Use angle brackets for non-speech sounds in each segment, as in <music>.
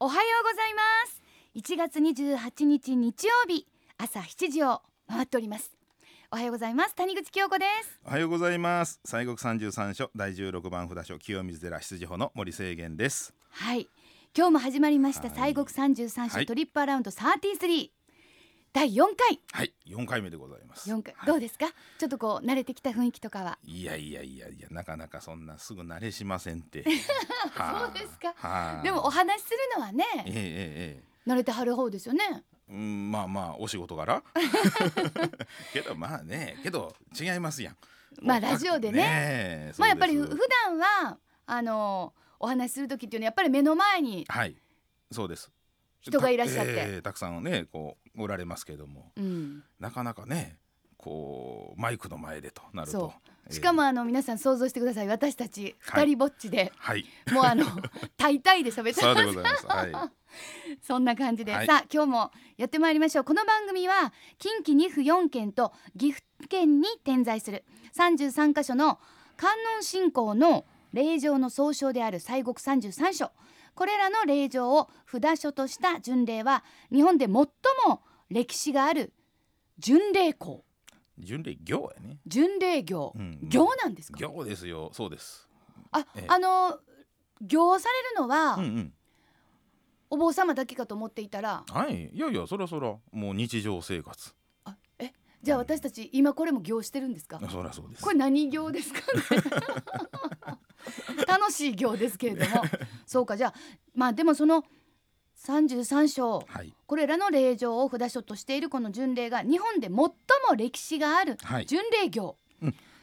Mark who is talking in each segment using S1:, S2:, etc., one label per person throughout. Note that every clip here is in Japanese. S1: おはようございます1月28日日曜日朝7時を回っておりますおはようございます谷口京子です
S2: おはようございます西国三十三所第十六番札所清水寺出自法の森清源です
S1: はい今日も始まりました
S2: はい
S1: 西国三十三
S2: は
S1: 所
S2: い
S1: トリップアラウンド33第四回
S2: はい四回目でございます
S1: 四回
S2: はい
S1: どうですかちょっとこう慣れてきた雰囲気とかはい
S2: やいやいやいやなかなかそんなすぐ慣れしませんっ
S1: <laughs>
S2: て
S1: そうですか
S2: か
S1: でもお話しするのはね
S2: えええええ
S1: 慣れてはる方ですよね
S2: えうんまあまあお仕
S1: <laughs>
S2: 事柄けどまあねけど違いますやん
S1: まあ
S2: もう
S1: ラジオでね
S2: ねえ
S1: まあやっぱり
S2: そう
S1: 普
S2: です
S1: 段はあのお話しする時っていうのはやっぱり目の前に
S2: はいそうです
S1: 人がいらっしゃって
S2: た,、ええたくさんねこうおられますけども
S1: うん
S2: なかなかねこうマイクの前でとなる
S1: そう
S2: と、えー
S1: しかもあの皆さん想像してください私たち
S2: は
S1: 二
S2: い
S1: 人ぼっちで、
S2: はい
S1: もうあ
S2: <laughs>
S1: の大体で喋って
S2: そうで
S1: ま
S2: ご
S1: す
S2: ざいますはい
S1: <laughs> そんな感じで、
S2: はい
S1: さあ今日もやってまいりましょうこの番組は近畿2府4県と岐阜県に点在する33箇所の観音信仰の霊場の総称である西国33所これらの霊場を札所とした巡礼は日本で最も歴史がある巡礼校
S2: 巡礼行やね
S1: 巡礼業、
S2: うん
S1: 行なんですか
S2: 行ですよそうです
S1: あ、
S2: ええ
S1: あの行されるのは、
S2: うんうん
S1: お坊様だけかと思っていたら
S2: はいいやいやそらそらもう日常生活
S1: あえじゃあ
S2: うん
S1: 私たち今これも行してるんですか、
S2: そらそうです
S1: これ何行ですかね楽しい行ですけれ
S2: <laughs>
S1: どもそうかじゃあまあでもその33章
S2: はい
S1: これらの霊場を札所としているこの巡礼が日本で最も歴史がある
S2: はい
S1: 巡礼行、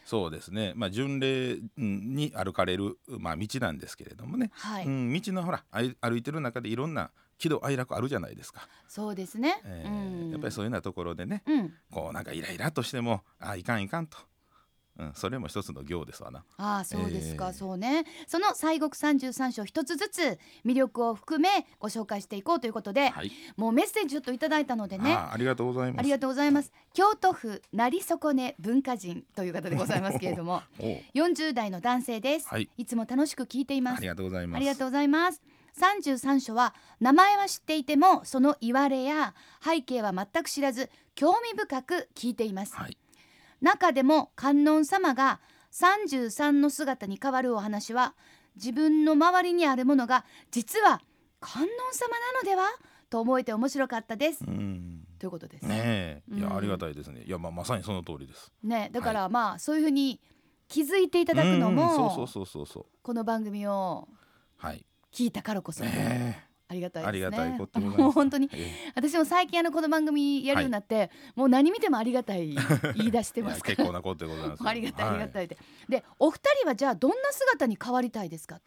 S2: そうですねまあ巡礼うんに歩かれるまあ道なんですけれどもね、
S1: はい、
S2: うん道のほらあい歩いてる中でいろんな喜怒哀楽あるじゃないですか、
S1: そうですね、
S2: え
S1: う
S2: ー
S1: ん
S2: やっぱりそういうようなところでね
S1: うん、
S2: こうなんかイライラとしてもあいかんいかんと、うん、それも一つの行ですわな
S1: ああそうですか、
S2: えー
S1: そうねその西国三十三所一つずつ魅力を含めご紹介していこうということで、
S2: はい
S1: もうメッセージちょっといただいたのでね
S2: あーありがとうございます
S1: ありがとうございます京都府成底根文化人という方でございますけれども
S2: おう
S1: 40代の男性です、
S2: はい
S1: いつも楽しく聞いていま
S2: あ
S1: す
S2: りがとうございます
S1: ありがとうございます。33所は名前は知っていてもその言われや背景は全く知らず興味深く聞いています、
S2: はい
S1: 中でも観音様が33の姿に変わるお話は自分の周りにあるものが実は観音様なのではと思えて面白かったです、
S2: うん
S1: ということですね
S2: ねえいうや
S1: ん
S2: ありがたいですねいやまあまさにその通りです
S1: だからまあそういうふうに気づいていただくの
S2: うんうんそう
S1: も
S2: そうそうそうそう
S1: この番組を
S2: はい
S1: 聞いたからこそあ
S2: ね
S1: りがた
S2: え
S1: いですね
S2: ありがたいことでございます
S1: も <laughs> う本当に
S2: え
S1: 私も最近あのこの番組やるようになって、もう何見てもありがた
S2: <laughs>
S1: い言い出し
S2: え
S1: てます
S2: い
S1: から
S2: や結構なことでございま
S1: <laughs>
S2: す
S1: ありがたいありが
S2: い
S1: たいで、でお二人はじゃあどんな姿に変わりたいですか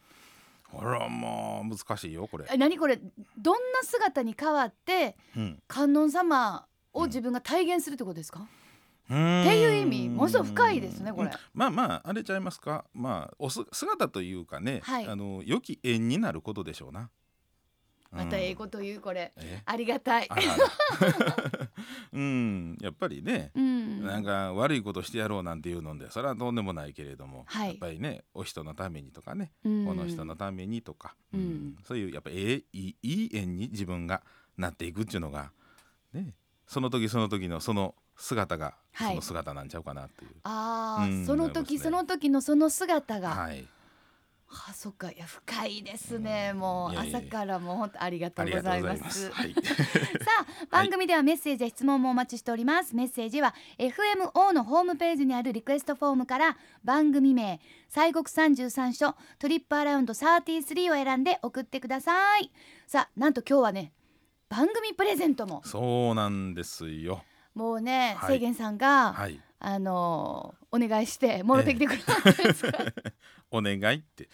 S2: あらまあ難しいよこれ
S1: え何これどんな姿に変わって
S2: うん
S1: 観音様を自分が体現するってことですか、っ
S2: って
S1: いう意味ものすごい深いですねこれ
S2: まあまああれちゃいますかまあおす姿というかね、
S1: はい
S2: あの良き縁になることでしょうな
S1: また
S2: うん
S1: ええこと言うこれ
S2: え
S1: ありがたい
S2: あらあら <laughs> うんやっぱりね
S1: うん
S2: なんか悪いことしてやろうなんていうのでそれはとんでもないけれども、
S1: はい
S2: やっぱりねお人のためにとかね、
S1: うん
S2: この人のためにとか、
S1: うん
S2: そういうやっぱええいいいい縁に自分がなっていくっていうのが、ね、その時その時のその姿が、
S1: はい
S2: その姿なんちゃうかなっていう。
S1: あー
S2: うん
S1: その
S2: 思い
S1: 時
S2: ます
S1: そ
S2: ね
S1: の時のその姿が、
S2: はい、
S1: あそっかいや深いですね、
S2: うん
S1: もう
S2: いやいや
S1: 朝
S2: いや
S1: からもう本当ありがと
S2: あ
S1: う
S2: り
S1: ご
S2: がとう
S1: ざい
S2: ござ
S1: ま
S2: いますす。
S1: <laughs>
S2: はい、
S1: さあ番組ではメッセージや質問もお待ちしております、メッセージは FMO のホームページにあるリクエストフォームから番組名西国三十三所トリップアラウンド33を選んで送ってくださいさあなんと今日はね番組プレゼントも
S2: そうなんですよ。
S1: もうね、
S2: はい
S1: 制限さんが、
S2: はい、
S1: あのーお願いしてもろてきてくれたん
S2: <laughs>
S1: ですが、
S2: お願いって、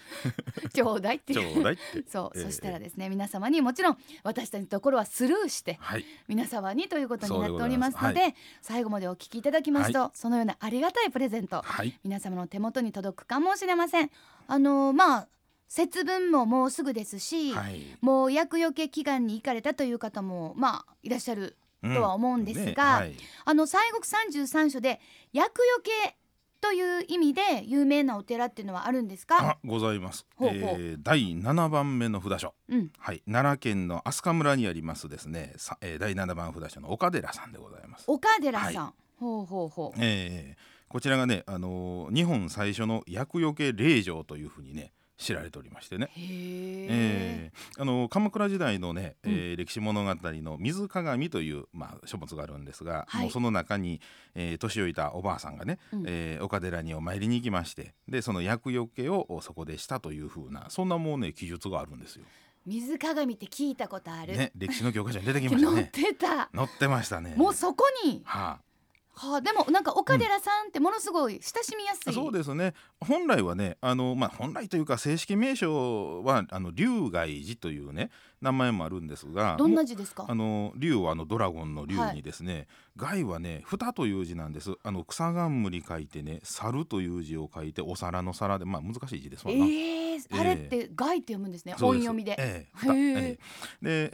S1: ちょうだいって
S2: ち
S1: い
S2: ょう
S1: う
S2: だいって。
S1: <laughs> そう、
S2: ええ
S1: そしたらですね皆様にもちろん私たちのところはスルーして
S2: はい、
S1: 皆様にということに
S2: そう
S1: なって
S2: でご
S1: お
S2: ざ
S1: り
S2: い
S1: ま
S2: ます
S1: すので最後までお聞きいただきますと、そのようなありがたいプレゼント
S2: はい、
S1: 皆様の手元に届くかもしれませんあのまあ節分ももうすぐですし、
S2: はい。
S1: もう厄除け祈願に行かれたという方もまあいらっしゃる
S2: うん
S1: とは思うんですが
S2: ねはい
S1: あの西国三十三所で厄除けという意味で有名なお寺っていうのはあるんですか
S2: あございます。
S1: ほうほう
S2: えー第7番目の札所、
S1: うん
S2: はい、奈良県の飛鳥村にありますですね、さえー第7番札所の岡寺さんでございます。
S1: 岡寺さん、ほうほうほう
S2: えーこちらがね、あのー日本最初の厄除け霊場というふうにね知られておりましてね。
S1: へえ
S2: えーあのー鎌倉時代のね、えー歴史物語の「水鏡」という、まあ、書物があるんですが、
S1: はい
S2: もうその中に、えー年老いたおばあさんがね、
S1: うん
S2: えー岡寺にお参りに行きましてでその厄除けをおそこでしたというふうなそんなもうね記述があるんですよ。
S1: 水鏡って聞いたことある、
S2: ね、歴史の教科書に出てき
S1: <laughs>
S2: ました
S1: 乗っ
S2: ね。
S1: てた
S2: 載ってましたね。
S1: もうそこに
S2: はあ
S1: はあ、でもなんか岡寺さんってものすごい親しみやすい、
S2: そうですね本来はねあの、まあ、本来というか正式名称はあの龍外寺というね名前もあるんですが
S1: どんな
S2: も
S1: 字ですか
S2: あの龍はあのドラゴンの龍
S1: はい
S2: にですね、外はね蓋という字なんですあの草冠書いてね猿という字を書いてお皿の皿でまあ難しい字ですわな。
S1: ええ
S2: え
S1: あれって「ガイ」って読むんですね、
S2: そう
S1: 音
S2: す
S1: 読みで、
S2: え
S1: へ
S2: え蓋
S1: え
S2: ええでえ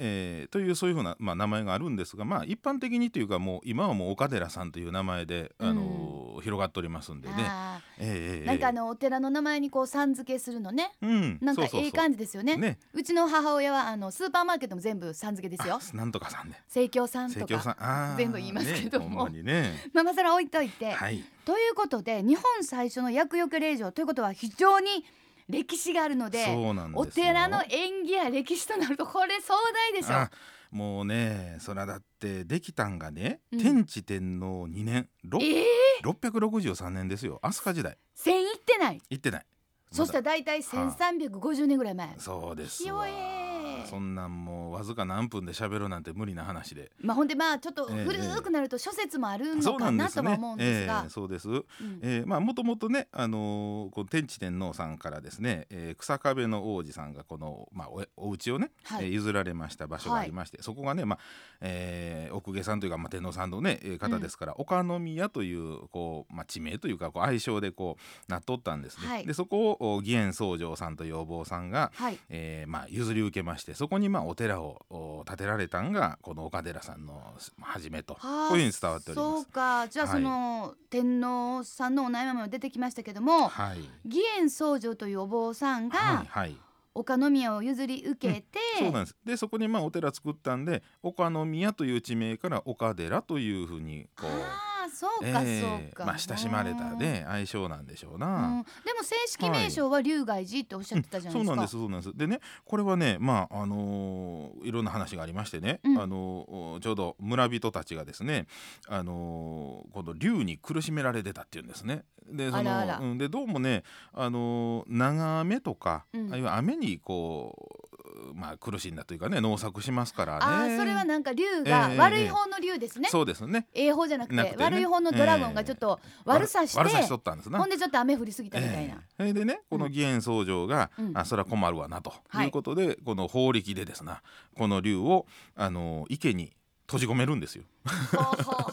S2: えというそういうふうな、まあ、名前があるんですが、まあ、一般的にというかもう今はもう岡寺さんという名前で、あの広がっておりますんでね。
S1: あ
S2: ええええ
S1: ー
S2: ええ
S1: なんかあのお寺の名前にこうさん付けするのね
S2: うん、
S1: なんか
S2: そうそうそう
S1: ええ感じですよねう
S2: ね
S1: ちの母親はあのスーパーマーケットも全部さん付けですよ
S2: あなんとかさんね。
S1: 生協さん
S2: 生
S1: と
S2: 協さ
S1: か
S2: ん、あー
S1: 全部言いますけども
S2: ねほんまにね。
S1: まあまあそれは置いといて、
S2: はい。
S1: ということで日本最初の厄除け令場ということは非常に歴史があるので
S2: そうなんですよ
S1: お寺の縁起や歴史となるとこれ壮大でしょ
S2: あ、もうね、そらだってできたんがね、
S1: うん
S2: 天智天皇2年、ろ
S1: ええ
S2: 663年ですよ。飛鳥時代
S1: 1000いってない
S2: 行ってない。
S1: そしたら
S2: ら
S1: 大体1350年ぐらい前、
S2: そうです
S1: ひ
S2: わ
S1: よ。え
S2: そんなんもうわずか何分で喋るなんて無理な話で。
S1: まあほんでまあちょっと
S2: ええ
S1: 古くなると諸説もある
S2: そ
S1: の
S2: う
S1: か
S2: なん
S1: な
S2: です
S1: とは
S2: ね
S1: 思うん。です
S2: え
S1: が
S2: え、そうです。
S1: うん
S2: えーまあもともとね、あのーこの天智天皇さんからですね、えー、草壁の王子さんがこの、まあ、おお家をね、
S1: はい
S2: えー譲られました場所がありまして、そこがね、まあえー奥下さんというか、まあ、天皇さんの、ね、えー方ですから、岡宮というこう、まあ、地名というかこう愛称でこうなっとったんですね。
S1: はい
S2: でそこをお義円僧正さんというお坊さんが、
S1: はい
S2: えーまあ、譲り受けましてそこに、まあ、お寺をお建てられたんがこの岡寺さんのまあ始めとこ
S1: はあ
S2: ういうふうに伝わっておりま
S1: そう
S2: す。
S1: かじゃあ
S2: はい
S1: その、天皇さんのお悩みも出てきましたけども
S2: はい、
S1: 義円僧正というお坊さん
S2: は
S1: が
S2: い、はい
S1: 岡の宮を譲り受けて、
S2: そうなんですでそこにまあお寺作ったんで岡の宮という地名から岡寺というふうにこう
S1: ああそうか、
S2: ええ
S1: そうか、
S2: まあ、親しまれたね相性なんでしょう
S1: うん、
S2: な。
S1: でも正式名称は龍外寺っておっしゃってたじゃな
S2: そ
S1: いうですか、
S2: なんですそうなんですでねこれはねまああのーいろんな話がありましてね、
S1: うん
S2: あのーちょうど村人たちがですねあのーこの竜に苦しめられてたっていうんですねでその
S1: あらあら
S2: うん、でどうもねあのー長雨とか、
S1: うん
S2: あるいは雨にこうまあ苦しんだというかね農作しますからね
S1: ああそれはなんか龍が、
S2: ええ
S1: 悪い方の龍ですね
S2: そうですね。
S1: ええ方じゃなくて
S2: なくてね
S1: 悪い方のドラゴンがちょっと悪さして、
S2: 悪さしとったんですな
S1: ほん。でちょっと雨降りすぎたみたいな、
S2: ええそれでねこの義援僧正が、
S1: うん
S2: あそれは困るわなと
S1: はい
S2: いうことで、この法力でですなこの竜をあの池に閉じ込めるんですよ。
S1: ほうほうほうほ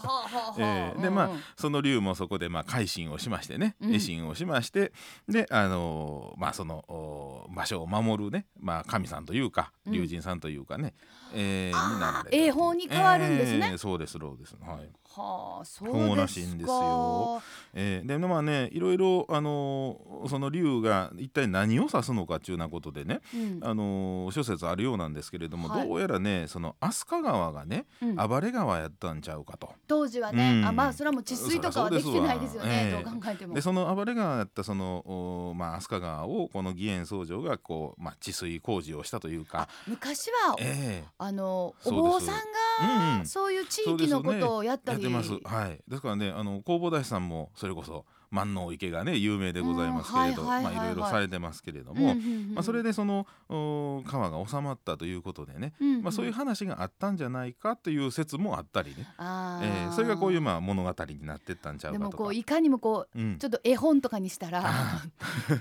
S1: うほう
S2: ええで
S1: うん
S2: まあその竜もそこでまあ改心をしましてね
S1: うん
S2: 維新をしまして、であのーまあそのお場所を守るねまあ神さんというか
S1: うん
S2: 竜神さんというかね、ええ
S1: あー
S2: になられた
S1: 栄宝に変わるんですね
S2: ええそうですそうですはい。
S1: はあそう
S2: そう
S1: で
S2: ら
S1: す
S2: し
S1: か
S2: いんですよえーでまあねいろいろ、あのーその竜が一体何を指すのかっていうようなことでね、
S1: うん
S2: あのー諸説あるようなんですけれども、
S1: はい
S2: どうやらねその飛鳥川がね、
S1: うん
S2: 暴れ川やったんちゃうかと。
S1: 当時はね、
S2: うん
S1: あまあそれはもう治水とかはできてないですよね
S2: そうだそ
S1: ど
S2: うですわええ
S1: う考えても
S2: でその暴れ川やったその、おまあ、飛鳥川をこの義援僧正がこう、まあ、治水工事をしたという
S1: あ
S2: か。
S1: 昔は、
S2: え
S1: あのお
S2: そうです
S1: 坊さん
S2: うんう
S1: が
S2: ん
S1: そういう地域のことをやっ
S2: え
S1: た
S2: やっ
S1: り、
S2: てます、はい、ですからねあの弘法大師さんもそれこそ万能池がね有名でございますけれど、
S1: うんはいはい
S2: まあ、いろいろ
S1: はいはい
S2: されてますけれど
S1: うん
S2: も、
S1: うんうん
S2: まあ、それでそのお川が収まったということでね、
S1: うん
S2: まあ、そういう話があったんじゃないかという説もあったりね、
S1: あ
S2: え
S1: ー
S2: ーそれがこういうまあ物語になってったんちゃう
S1: で
S2: か
S1: も
S2: と
S1: こ
S2: か
S1: う。いかにもこう
S2: うん
S1: ちょっと絵本とかにしたら
S2: あ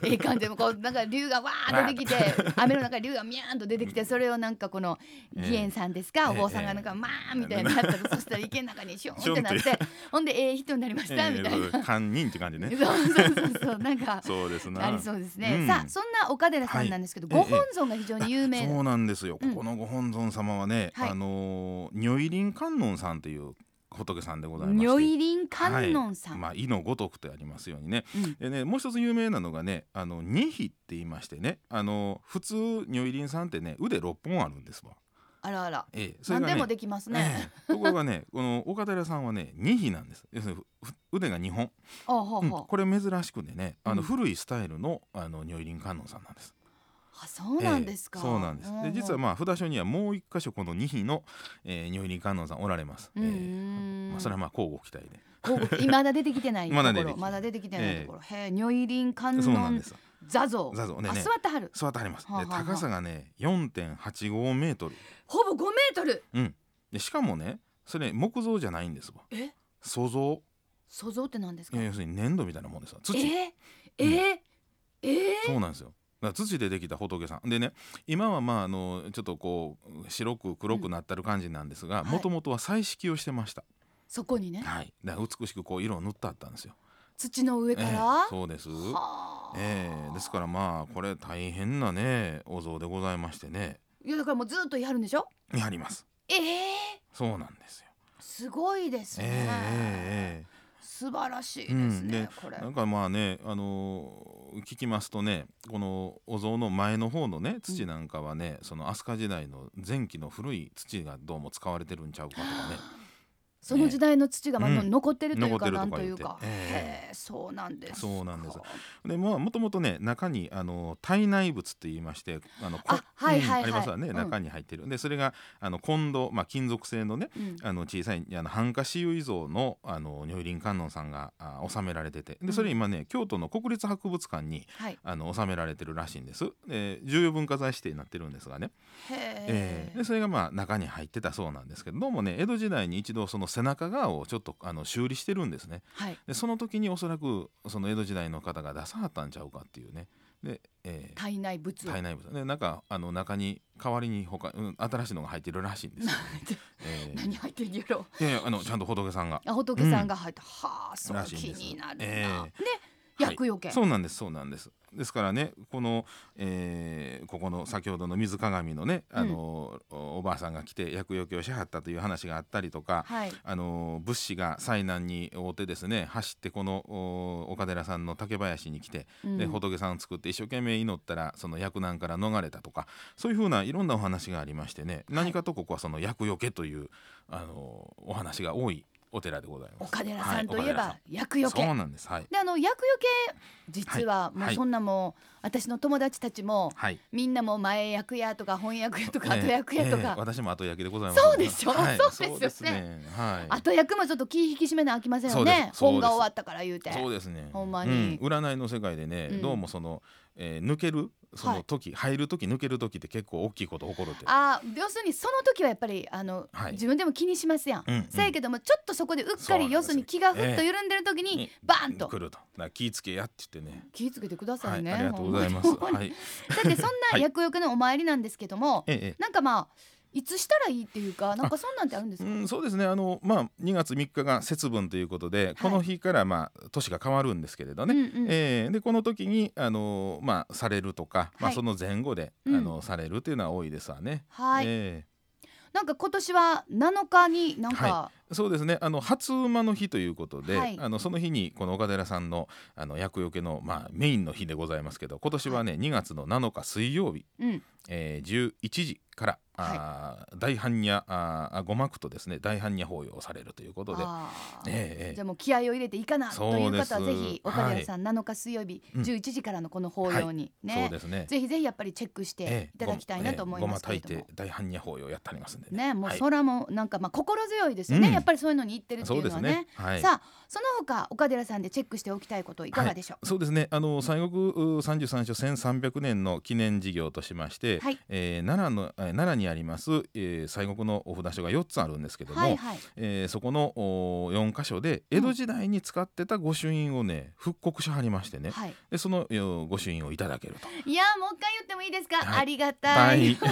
S1: ええ感じでもこうなんか竜がわーっと出てき
S2: <laughs>
S1: て雨の中竜がみゃーんと出てきてそれをなんかこの
S2: ええ
S1: 義援さんですか、お
S2: ええ
S1: 坊さんがなんかまあみたいになったら、そしたら池の中にシュンってなっ
S2: シュ
S1: てほんでええ人になりまし
S2: え
S1: たみたいな、
S2: ー堪忍って感じ
S1: <laughs>
S2: ね。
S1: そうそうそうそうなんか
S2: そうですな。
S1: ありそうですね、
S2: うん
S1: さあそんな岡寺さんなんですけど、
S2: はい
S1: ご本尊が非常に有名、
S2: そうなんですよ。
S1: うん
S2: ここのご本尊様はね、
S1: はい
S2: あのー如意輪観音さんという仏さんでございまして
S1: 如意輪観音さん、
S2: まあ、意のごとくとありますようにね
S1: うん
S2: でねもう一つ有名なのがねあの二比って言いましてねあの普通如意輪さんってね腕6本あるんですわ。
S1: あらあら、
S2: ええ、それ
S1: 何
S2: がね
S1: でもできますね、
S2: ええところがねこの岡寺さんはね二比なんです要するにふ腕が2本、
S1: あほう
S2: うん
S1: ほう、
S2: これ珍しくてねあの
S1: うん
S2: 古いスタイルのあの如意輪観音さんなんです。
S1: あそうなんですか、
S2: ええそうなんです
S1: ほうほ
S2: で
S1: う
S2: 実はまあ札所にはもう一箇所この二比の、えー、如意輪観音さんおられます、
S1: うんうん
S2: ええまあ、それはまあ交互期待で、
S1: こうまだ出てきてないところ
S2: まだ出てきてない
S1: まだ出てきてないところ、へえ如意輪観
S2: そうなん
S1: 音
S2: です
S1: 座像
S2: 座像ね
S1: あ
S2: ね
S1: 座ってはる
S2: 座ってあります
S1: はあ
S2: で
S1: はあはあ
S2: 高さがね4.85メートル
S1: ほぼ5メートル
S2: うんでしかもねそれ木造じゃないんですわ
S1: え
S2: 塑像
S1: 塑像って何です
S2: い
S1: か
S2: や
S1: え
S2: 要するに粘土みたいなもんですわ土、
S1: ー、え
S2: うん
S1: ー、えー
S2: そうなんですよだから土でできた仏さんでね今はまああのちょっとこう白く黒くなってる感じなんです
S1: は
S2: が
S1: い
S2: もともとは彩色をしてました、
S1: そこにね
S2: はい、だから美しくこう色を塗ってあったんですよ、
S1: 土の上から、
S2: ええ
S1: は
S2: そうです
S1: あ
S2: ええですからまあこれ大変なねお像でございましてね
S1: いやだからもうずっとやるんでしょ
S2: やります
S1: ええ
S2: そうなんですよ、
S1: すごいです
S2: え
S1: ね、
S2: えええ
S1: 素晴らしいです
S2: うん
S1: ね
S2: で、
S1: これ
S2: なんかまあね、あのー聞きますとねこのお像の前の方のね土なんかはね、その飛鳥時代の前期の古い土がどうも使われてるんちゃうかとかね
S1: その時代の土がまあ
S2: うん
S1: 残ってるというか、な
S2: 残
S1: ん
S2: ってるとか
S1: というか、
S2: 言ってえ
S1: へえそうなんですか
S2: そうなんですでまあもともとね中にあの体内物って言いましてあのこ
S1: あはいはいはい
S2: うんありますわね、
S1: うん
S2: 中に入ってるでそれがあの今度、まあ、金属製のね
S1: うん
S2: あの小さいあの繁華私有像のあの如意輪観音さんがあ納められてて
S1: う
S2: で
S1: ん
S2: それ今ね京都の国立博物館に
S1: はい
S2: あの収められてるらしいんです、えー重要文化財指定になってるんですがね、
S1: へ
S2: えーでそれがまあ中に入ってたそうなんですけどどうもね江戸時代に一度その背中側をちょっとあの修理してるんですね
S1: はい
S2: でその時におそらくその江戸時代の方が出さはったんちゃうかっていうねで、えー
S1: 体内物を
S2: 体内部でなんかあの中に代わりに他、うん、新しいのが入ってるらしいんですよ、
S1: <laughs>
S2: えー
S1: 何入ってんやろ
S2: いやいやあのちゃんと仏さんが
S1: あ仏さんが入った、はあそう
S2: らしいん
S1: 気
S2: です
S1: になるな、
S2: ええ
S1: で厄除け、
S2: そうなんですそうなんですですからねこの、えーここの先ほどの水鏡のね、あのおおばあさんが来て厄除けをしはったという話があったりとか、
S1: はい
S2: あの物資が災難に遭ってですね走ってこのお岡寺さんの竹林に来て、
S1: うん
S2: で仏さんを作って一生懸命祈ったらその厄難から逃れたとかそういうふうないろんなお話がありましてね何かとここはその厄除けというあのお話が多いお寺でございます。
S1: 岡寺さんといえ
S2: はい
S1: ば厄除
S2: 岡寺
S1: け、
S2: さんそうなんですはい、
S1: であの厄除け実はもう
S2: はい
S1: そんなもう、私の友達たちも
S2: はい
S1: みんなも前役やとか本役やとか
S2: ええ
S1: 後役やと
S2: ええ
S1: か、
S2: 私も後焼けでございます
S1: そうでしょ
S2: はい
S1: そうですよね
S2: はい
S1: 後役もちょっと気引き締めなあきませんよ
S2: そう
S1: ね
S2: ですそうで
S1: 本
S2: す
S1: が終わったから言うて
S2: そうですね
S1: ほんまに
S2: うん占いの世界でね、
S1: うん
S2: どうもその、えー抜けるそ
S1: は
S2: の
S1: い
S2: 時、入る時抜ける時って結構大きいこと起こるって
S1: あー要するにその時はやっぱりあの、
S2: はい
S1: 自分でも気にしますやん、
S2: うんうん
S1: せやけどもちょっとそこでうっ
S2: そ
S1: か
S2: うなん
S1: り
S2: です
S1: 要するに気がふっと緩んでる時に、バーンと
S2: 来るとだから気ぃつけやって言ってね
S1: 気ぃつけてくださ
S2: はいい
S1: ね、
S2: ありがとうございます
S1: ほんまに
S2: はい
S1: <laughs> だってそん
S2: は
S1: ない厄除けのお参りなんですけども、
S2: えええ
S1: なんかまあいつしたらいいっていうかなんかそんなんってあるんです
S2: え
S1: か、
S2: うん、そうですねあの、まあ、2月3日が節分ということで、この日から、まあ、年が変わるんですけれどね、
S1: うんうん
S2: えーでこの時に、あのまあ、されるとか、ま
S1: は
S2: あ、
S1: い
S2: その前後で、
S1: うん
S2: あのされるというのは多いですわね。
S1: はい、
S2: え
S1: なんか今年は7日になんか、
S2: はえそうですねあの初馬の日ということで、
S1: はい
S2: あのその日にこの岡寺さんのあの厄除けの、まあ、メインの日でございますけど今年はね、2月の7日水曜日、
S1: うん
S2: えー、11時から、あー大般若あーあ五幕とですね大般若法要をされるということで。
S1: あー
S2: えええ
S1: じゃあもう気合を入れていかな
S2: そう
S1: という
S2: で
S1: 方は
S2: す
S1: ぜひ岡寺さん7日水曜日
S2: うん
S1: 11時からのこの法要に
S2: え
S1: ね、
S2: そうですね。
S1: ぜひぜひやっぱりチェックして
S2: ええ
S1: いただきたいなと思いますけれど
S2: ごま
S1: も
S2: ええごま。炊いて大般若法要やってありますんでね。
S1: ね、もう
S2: はい
S1: それはもうなんかまあ心強いですよね、
S2: うん
S1: やっぱりそういうのに行ってるってい
S2: そう
S1: う
S2: で
S1: のは
S2: す
S1: ね
S2: ね。はい。
S1: さあその他岡寺さんでチェックしておきたいこといかがでしょう、
S2: そうですね。あの西国三十三所千三百年の記念事業としまして、
S1: はい
S2: えー奈良のえー奈良にあります、えー、西国のお札所が四つあるんですけども、
S1: はいはい
S2: えーそこのおー四箇所で江戸時代に使ってた御朱印をね復刻しはりましてね、
S1: はい、
S2: でそのお御朱印をいただけ
S1: <laughs>
S2: ると。
S1: いやもう一回言ってもいいですか、
S2: はい
S1: ありがた
S2: はい
S1: い、
S2: <laughs> と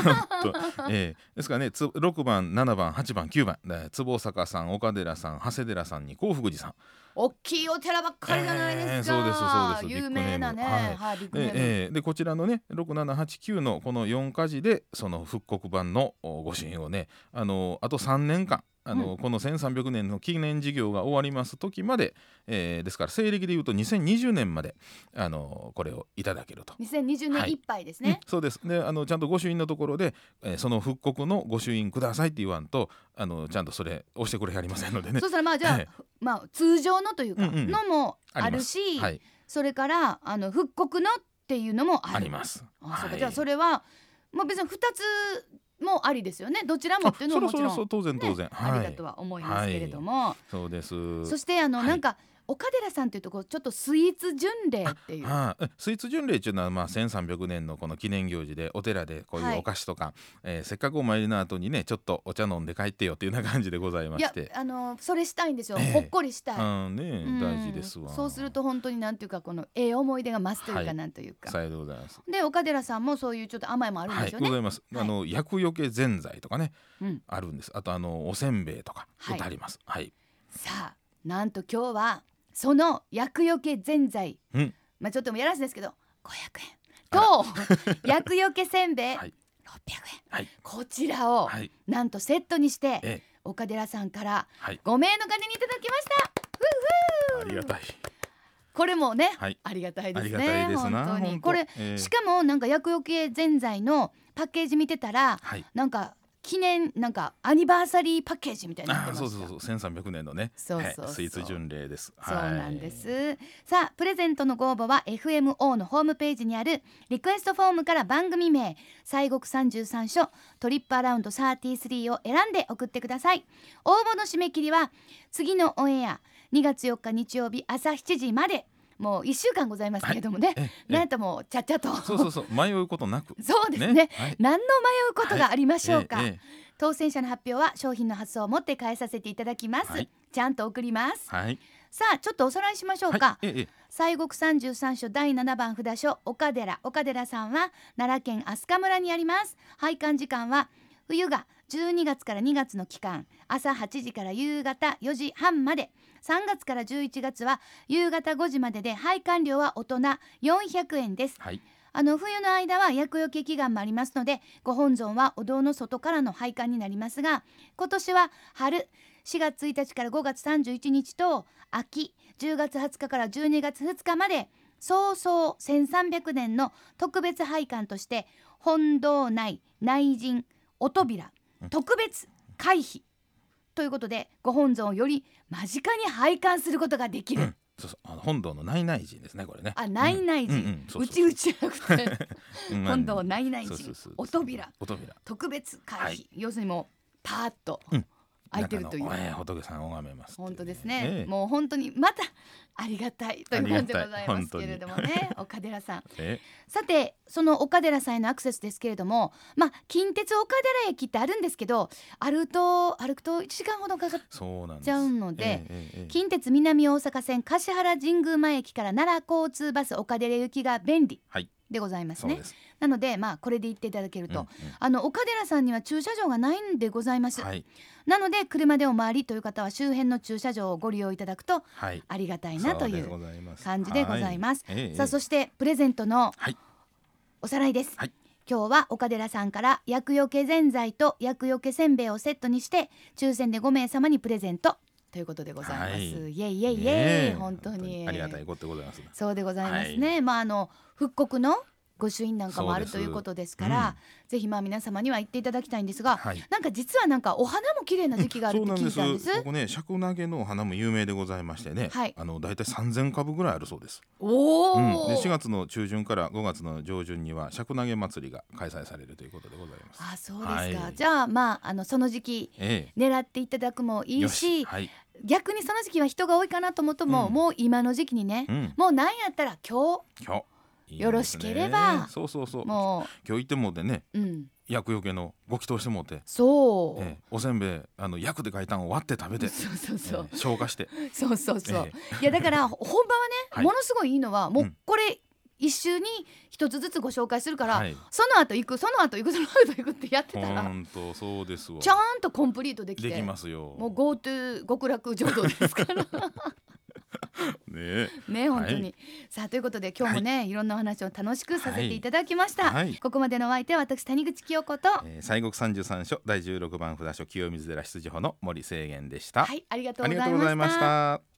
S2: えーですからねつ6番7番8番9番えー坪坂さん岡寺さん長谷寺さんに興福寺さん
S1: 大きいお寺ばっかりじゃないですか、
S2: ええそうですそうです
S1: 有名なね
S2: ビッグネームはい
S1: はい、ビッグネーム、
S2: で,、えーでこちらのね6789のこの4か字でその復刻版のお御朱印をねあのあと3年間あの、
S1: う
S2: この1300年の記念事業が終わります時まで、えーですから西暦でいうと2020年まであのこれをいただけると。
S1: 2020
S2: は
S1: 年
S2: い
S1: いっぱいですね、
S2: うんそうですであのちゃんと御朱印のところで、えーその復刻の御朱印くださいって言わんとあのちゃんとそれ押してくれはりませんのでね
S1: そ。したらまあじゃあ、
S2: はい
S1: まあ通常のというか
S2: うんうん
S1: のもあるし、
S2: はい、
S1: それからあの復刻のっていうのもある
S2: あります。
S1: あそうか
S2: はい
S1: じゃあそれは、まあ、別に2つもありですよねどちらもっていうのも
S2: あ
S1: もちろん
S2: そそそ当然当然、
S1: あ
S2: は
S1: りだ
S2: い
S1: とは思いますけれども、
S2: そうです
S1: そしてあの、
S2: はい
S1: なんか岡寺さんというとこうちょっとスイーツ巡礼っていう。
S2: はい、えスイーツ巡礼っていうのは、まあ、1300年のこの記念行事でお寺でこう
S1: はい
S2: いうお菓子とか、えーせっかくお参りの後にねちょっとお茶飲んで帰ってよっていうような感じでございま
S1: い
S2: し
S1: や
S2: て
S1: あのそれしたいんですよ、
S2: ええ
S1: ほっこりしたい、
S2: うんね
S1: うん
S2: 大事ですわ
S1: そうすると本当になんていうかこのええ思い出が増すというか、
S2: はい
S1: なんというか
S2: さようでございます。
S1: で岡寺さんもそういうちょっと甘いもあるん
S2: は
S1: で
S2: い、
S1: すよ
S2: ご
S1: ね、
S2: ざいます。
S1: はい
S2: あの厄除けぜんざいとかね、
S1: うん
S2: あるんです。あとあのおせんべいとか、
S1: はい
S2: い、あります。はい、
S1: さあなんと今日はその厄除けぜんざい、
S2: うん
S1: まあちょっともやらしいですけど500
S2: あら
S1: 円と <laughs> 厄除けせんべい、
S2: はい
S1: 600円、
S2: はい
S1: こちらを、
S2: はい、
S1: なんとセットにして、
S2: ええ
S1: 岡寺さんから
S2: はい、
S1: 5名の金にいただきました
S2: ありがたい。
S1: これもね、
S2: はい
S1: ありがたいで
S2: あ
S1: す
S2: り
S1: ね
S2: がたいですな。
S1: 本当に
S2: 本当
S1: これ、、
S2: ええ
S1: しかもなんか厄除けぜんざいのパッケージ見てたら
S2: はい。
S1: なんか記念なんかアニバーサリーパッケージみたいになっ
S2: あ
S1: て
S2: ー
S1: ま
S2: そう
S1: した
S2: そうそう、1300年のね、
S1: そうそうそう
S2: はいスイーツ巡礼です。
S1: そうなんです、
S2: はい
S1: さあプレゼントのご応募は FMO のホームページにあるリクエストフォームから番組名「西国33所トリップアラウンド33」を選んで送ってください応募の締め切りは次のオンエア2月4日日曜日朝7時までもう1週間ございますけれどもね、
S2: ええええ
S1: なんともうちゃっちゃと
S2: そうそうそう、迷うことなく。
S1: そうですね
S2: はい。
S1: 何の迷うことがありましょうか、
S2: ええええ
S1: 当選者の発表は商品の発送を持って返させていただきます、
S2: はい
S1: ちゃんと送ります
S2: はい。
S1: さあちょっとおさらいしましょうか、
S2: はい、ええええ
S1: 西国三十三所第七番札所岡寺岡寺さんは奈良県飛鳥村にあります拝観時間は冬が12月から2月の期間朝8時から夕方4時半まで3月から11月は夕方5時までで拝観料は大人400円です
S2: はい。
S1: あの冬の間は厄除け祈願もありますのでご本尊はお堂の外からの拝観になりますが今年は春4月1日から5月31日と秋10月20日から12月2日まで早々1300年の特別拝観として本堂内内陣お扉
S2: うん
S1: 特別回避ということでご本尊をより間近に拝観することができ
S2: う
S1: る。
S2: ん、そうそう、あの本堂の内内人ですね、これね。
S1: あ内内
S2: うんうん
S1: 陣
S2: うんそうう
S1: ち
S2: そう
S1: うちじゃなくて
S2: <laughs> うん
S1: 今度は内々
S2: そう
S1: 陣
S2: そうそう
S1: お扉
S2: お扉
S1: 特別会避、
S2: はい
S1: 要するにもうパーッと
S2: うん
S1: 開いてるという、
S2: 中のええ仏さんを拝めますっていう
S1: 本当ですね、
S2: ええ
S1: もう本当にまたありがたいという感じで
S2: あ
S1: ご
S2: りがた
S1: ざ
S2: い
S1: いますけれどもね岡寺さん
S2: え
S1: さてその岡寺さんへのアクセスですけれどもまあ近鉄岡寺駅ってあるんですけど歩くと歩くと1時間ほどかかっ
S2: えそうなんです
S1: ちゃうので、
S2: ええええええ
S1: 近鉄南大阪線橿原神宮前駅から奈良交通バス岡寺行きが便利
S2: はい
S1: でございます
S2: そう
S1: ね、
S2: です、
S1: なのでまあこれで行っていただける
S2: うんう
S1: と、
S2: ん
S1: あの岡寺さんには駐車場がないんでございます、
S2: はい
S1: なので車でお回りという方は周辺の駐車場をご利用いただくと
S2: はい
S1: ありがたいなとい
S2: そうで
S1: う
S2: ございます
S1: 感じでございます
S2: はいええええ
S1: さあそしてプレゼントの
S2: はい
S1: おさらいです、
S2: はい
S1: 今日は岡寺さんから厄除けぜんざいと厄除けせんべいをセットにして抽選で5名様にプレゼントということでございます、
S2: はい
S1: イエイイエイイエイ
S2: ねえ
S1: 本当に
S2: ありがたいことでございます
S1: そうでございますね、まああの復刻の御朱印なんかもある
S2: そ
S1: と
S2: うです
S1: いうことですから、ぜひまあ皆様には行っていただきたいんですが、
S2: はい
S1: なんか実はなんかお花も綺麗な時期があるって聞いたんです。
S2: ここね、尺投げのお花も有名でございましてね、
S1: はい
S2: あのだいたい三千株ぐらいあるそうです。
S1: おお、
S2: うん、で4月の中旬から5月の上旬には尺投げ祭りが開催されるということでございます。
S1: あそうですか。
S2: はい
S1: じゃあまああのその時期
S2: え
S1: 狙っていただくも
S2: え、
S1: いいし、
S2: はい、
S1: 逆にその時期は人が多いかなと思っても、
S2: うん
S1: もう今の時期にね、
S2: うん、
S1: もうなんやったら今
S2: 今日いいですね
S1: よろしければ
S2: そうそうそう、
S1: 日
S2: 今
S1: も
S2: 日行ってもうてね、
S1: ううん
S2: 厄除けのご祈祷してもうて、
S1: そう、
S2: ええ、おせんべいあの薬で書いたんを割って食べて、
S1: そうそうそう、
S2: ええ消化して、
S1: そうそうそう、
S2: え
S1: いやだ
S2: <laughs>
S1: から本場はね、
S2: はい
S1: ものすごいいいのはも
S2: う
S1: うんこれ一周に一つずつご紹介するから、
S2: はい
S1: その後行くその後行くその後行くってやってたら
S2: 本当そうですわ。
S1: ちゃんとコンプリートできて
S2: できますよ。
S1: もう GoTo 極楽浄土ですから
S2: ねね。
S1: ね本当に、
S2: は
S1: さあということで今日もね、い、ろんなお話を楽しくさせていただきました、
S2: はい
S1: ここまでのお相手は私谷口清子と、
S2: えー、西国三十三所第十六番札所清水寺出自法の森清源でした。
S1: はいありがとう
S2: あ
S1: ご
S2: りが
S1: ざ
S2: と
S1: いう
S2: ござい
S1: ま
S2: ま
S1: し
S2: したた。